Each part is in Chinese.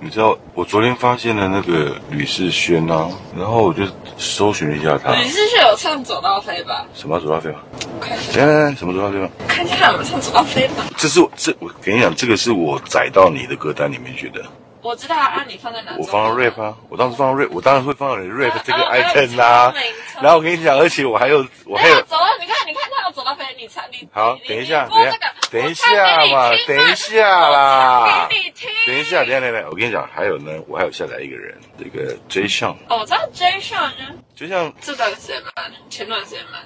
你知道我昨天发现了那个吕世轩啊，然后我就搜寻了一下他，你是不是有唱《走到飞》吧？什么主要费吗？我看一下，来来来，什么主要费吗？看一下他有没有唱《走到飞》吧。这是我这我跟你讲，这个是我载到你的歌单里面去的。我知道啊，你放在哪？我放到 rap 啊，我当时放到 rap，我当然会放到你的 rap 啊这个哦哎 item 啦、聪明聪明然后我跟你讲，而且我还有我还没有有走到，你看，你看他有走到飞，你唱你好你，等一下，你等播一这下个，等一下嘛我，等唱给一你听下啦我唱，给你听，等一下，等一下，等一下，我跟你讲，还有呢，我还有下载一个人，这个 J 项，哦，我知道 J 上呢，就像这段时间蛮，前段时间蛮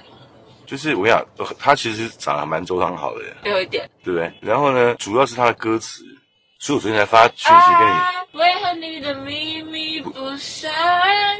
就是我跟你讲，他其实长得还蛮周汤好的，有一点。对不对？然后呢，主要是他的歌词，所以我昨天才发讯息跟你。啊为何你的秘密不散？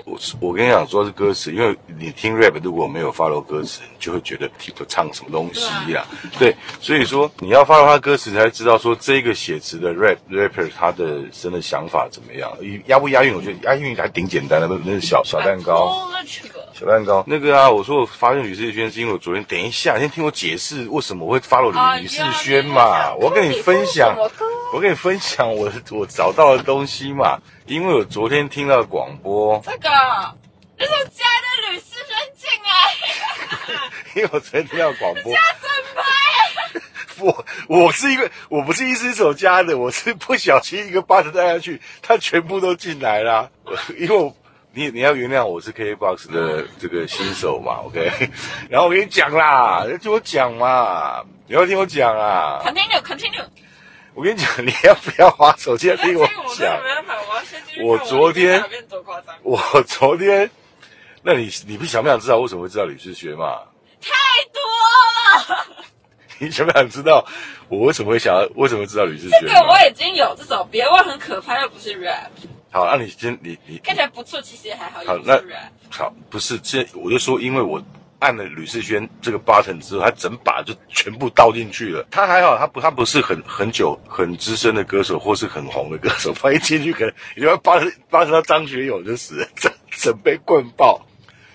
我我跟你讲，主要是歌词，因为你听 rap 如果没有 follow 歌词，你就会觉得听不唱什么东西呀、对，所以说你要 follow 他歌词，才知道说这个写词的 rap rapper 他的真的想法怎么样，押不押韵？我觉得押韵还挺简单的，那那是小小蛋糕。啊，那去吧。小蛋糕，那个啊，我说我发现吕世轩是因为我昨天等一下，先听我解释为什么我会 follow 啊吕吕世轩嘛，我跟你分享你分享什么歌，我跟你分享我我找到的东西嘛，因为我昨天听到广播，这个，这是加的吕思轩进来， 因为我昨天听到广播，他啊 真拍。我我是因为我不是一只手加的，我是不小心一个巴掌带下去，它全部都进来啦。 我因为我你你要原谅我是 KBox 的这个新手嘛，OK？然 后我跟你讲啦，你要听我讲嘛，你要听我讲啊。 Continue, continue。我跟你讲，你要不要划手机来听我我真讲 的？没办法，我要先继续看哎我昨天哪边多夸张，我昨天，那你你不想不想知道为什么会知道吕志学嘛？ 太多了。你想不想知道我为什么会想要为什么知道吕志学这嘛？个我已经有这种，别问很可怕，又不是 rap，好，那你先你你看起来不错，其实也还好，好又不那是 rap。好，不是这我就说，因为我按了吕世轩这个 button 之后，他整把就全部倒进去了。他还好，他不他不是很很久很资深的歌手，或是很红的歌手，他一进去可能你要八八十到张学友就死了， 整整被棍爆。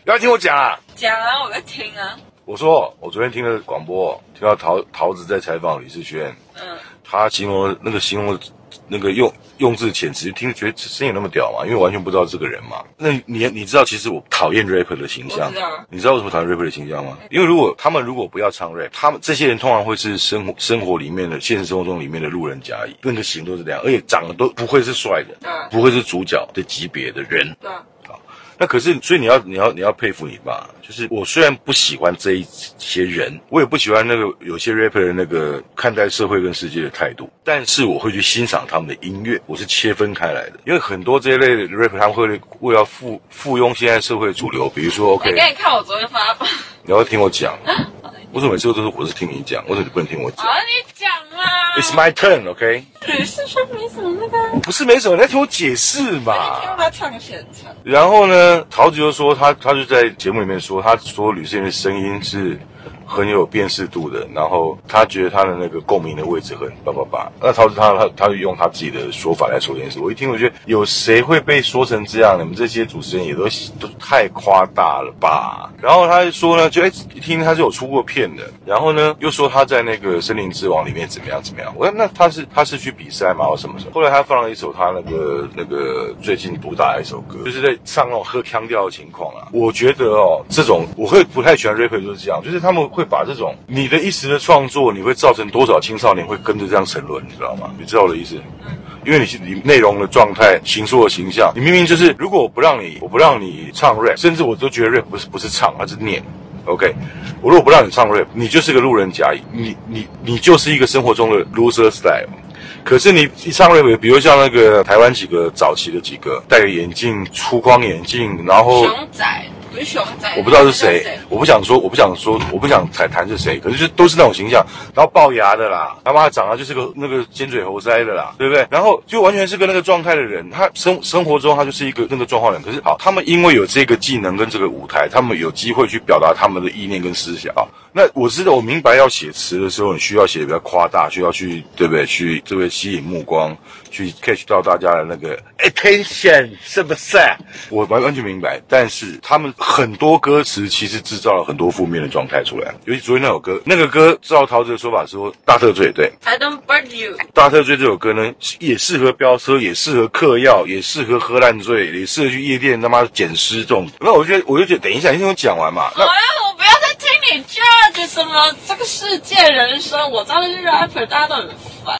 要听我讲啊！讲啊，我在听啊，我说我昨天听了广播，听到桃桃子在采访吕世轩，嗯，他形容那个形容那个用用字遣词，听着觉得这声音有那么屌嘛？因为完全不知道这个人嘛。那你你知道，其实我讨厌 rapper 的形象我知道，嗯你知道为什么讨厌 rapper 的形象吗？因为如果他们如果不要唱 rap，他们这些人通常会是生活生活里面的现实生活中里面的路人甲乙，那个型都是这样，而且长得都不会是帅的嗯，不会是主角的级别的人。对啊，那可是，所以你要你要你要佩服你爸，就是我虽然不喜欢这一些人，我也不喜欢那个有些 rapper 的那个看待社会跟世界的态度，但是我会去欣赏他们的音乐，我是切分开来的，因为很多这一类的 rapper 他们会为了附附庸现在社会主流，比如说 OK，你给你哎看我昨天发吧，你要听我讲，为什么每次都是我是听你讲，为什么你不能听我讲 好，你讲啊。 ？It's my turn，OK？、吕世轩没什么那个，不是没什么，你要听我解释嘛。听他唱现场，然后呢，桃子就说他，他就在节目里面说，他说吕思源的声音是很有辨识度的，然后他觉得他的那个共鸣的位置很叭叭叭。那桃子他他他就用他自己的说法来说这件事，我一听我觉得有谁会被说成这样？你们这些主持人也都都太夸大了吧？然后他就说呢，就哎一听他是有出过片的，然后呢又说他在那个《森林之王》里面怎么样怎么样。我说那他是他是去比赛吗？或什么什么？后来他放了一首他那个那个最近主打的一首歌，就是在唱那种喝腔调的情况啊。我觉得哦，这种我会不太喜欢 rapper 就是这样，就是他们会把这种你的一时的创作，你会造成多少青少年会跟着这样沉沦，你知道吗？你知道我的意思？因为你是你内容的状态、形塑的形象，你明明就是，如果我不让你，我不让你唱 rap，甚至我都觉得 rap 不是不是唱，它是念。OK，我如果不让你唱 rap，你就是个路人甲乙，你你你就是一个生活中的 loser style。可是你一唱 rap，比如像那个台湾几个早期的几个戴个眼镜、粗框眼镜，然后熊仔不是熊仔，哦我不知道是谁，我不想说，我不想说，我不想谈谈是谁，可是就都是那种形象，然后龅牙的啦，他妈长得就是个那个尖嘴猴腮的啦，对不对？然后就完全是个那个状态的人，他生生活中他就是一个那个状况的人。可是好，他们因为有这个技能跟这个舞台，他们有机会去表达他们的意念跟思想啊。那我知道，我明白要写词的时候，你需要写得比较夸大，需要去对不对？去这个吸引目光，去 catch 到大家的那个 attention，是不是？我完完全明白，但是他们很多歌词其实制造了很多负面的状态出来，尤其昨天那首歌，那个歌照陶喆的说法说大特罪，对， I don't bird you. 大特醉这首歌呢，也适合飙车，也适合嗑药，也适合喝烂醉，也适合去夜店他妈捡尸这种。那我就觉得，我就觉得，等一下，你听我讲完嘛。哎那呀，我不要再听你 judge 什么这个世界人生，我知道那些 rapper 大家都很烦。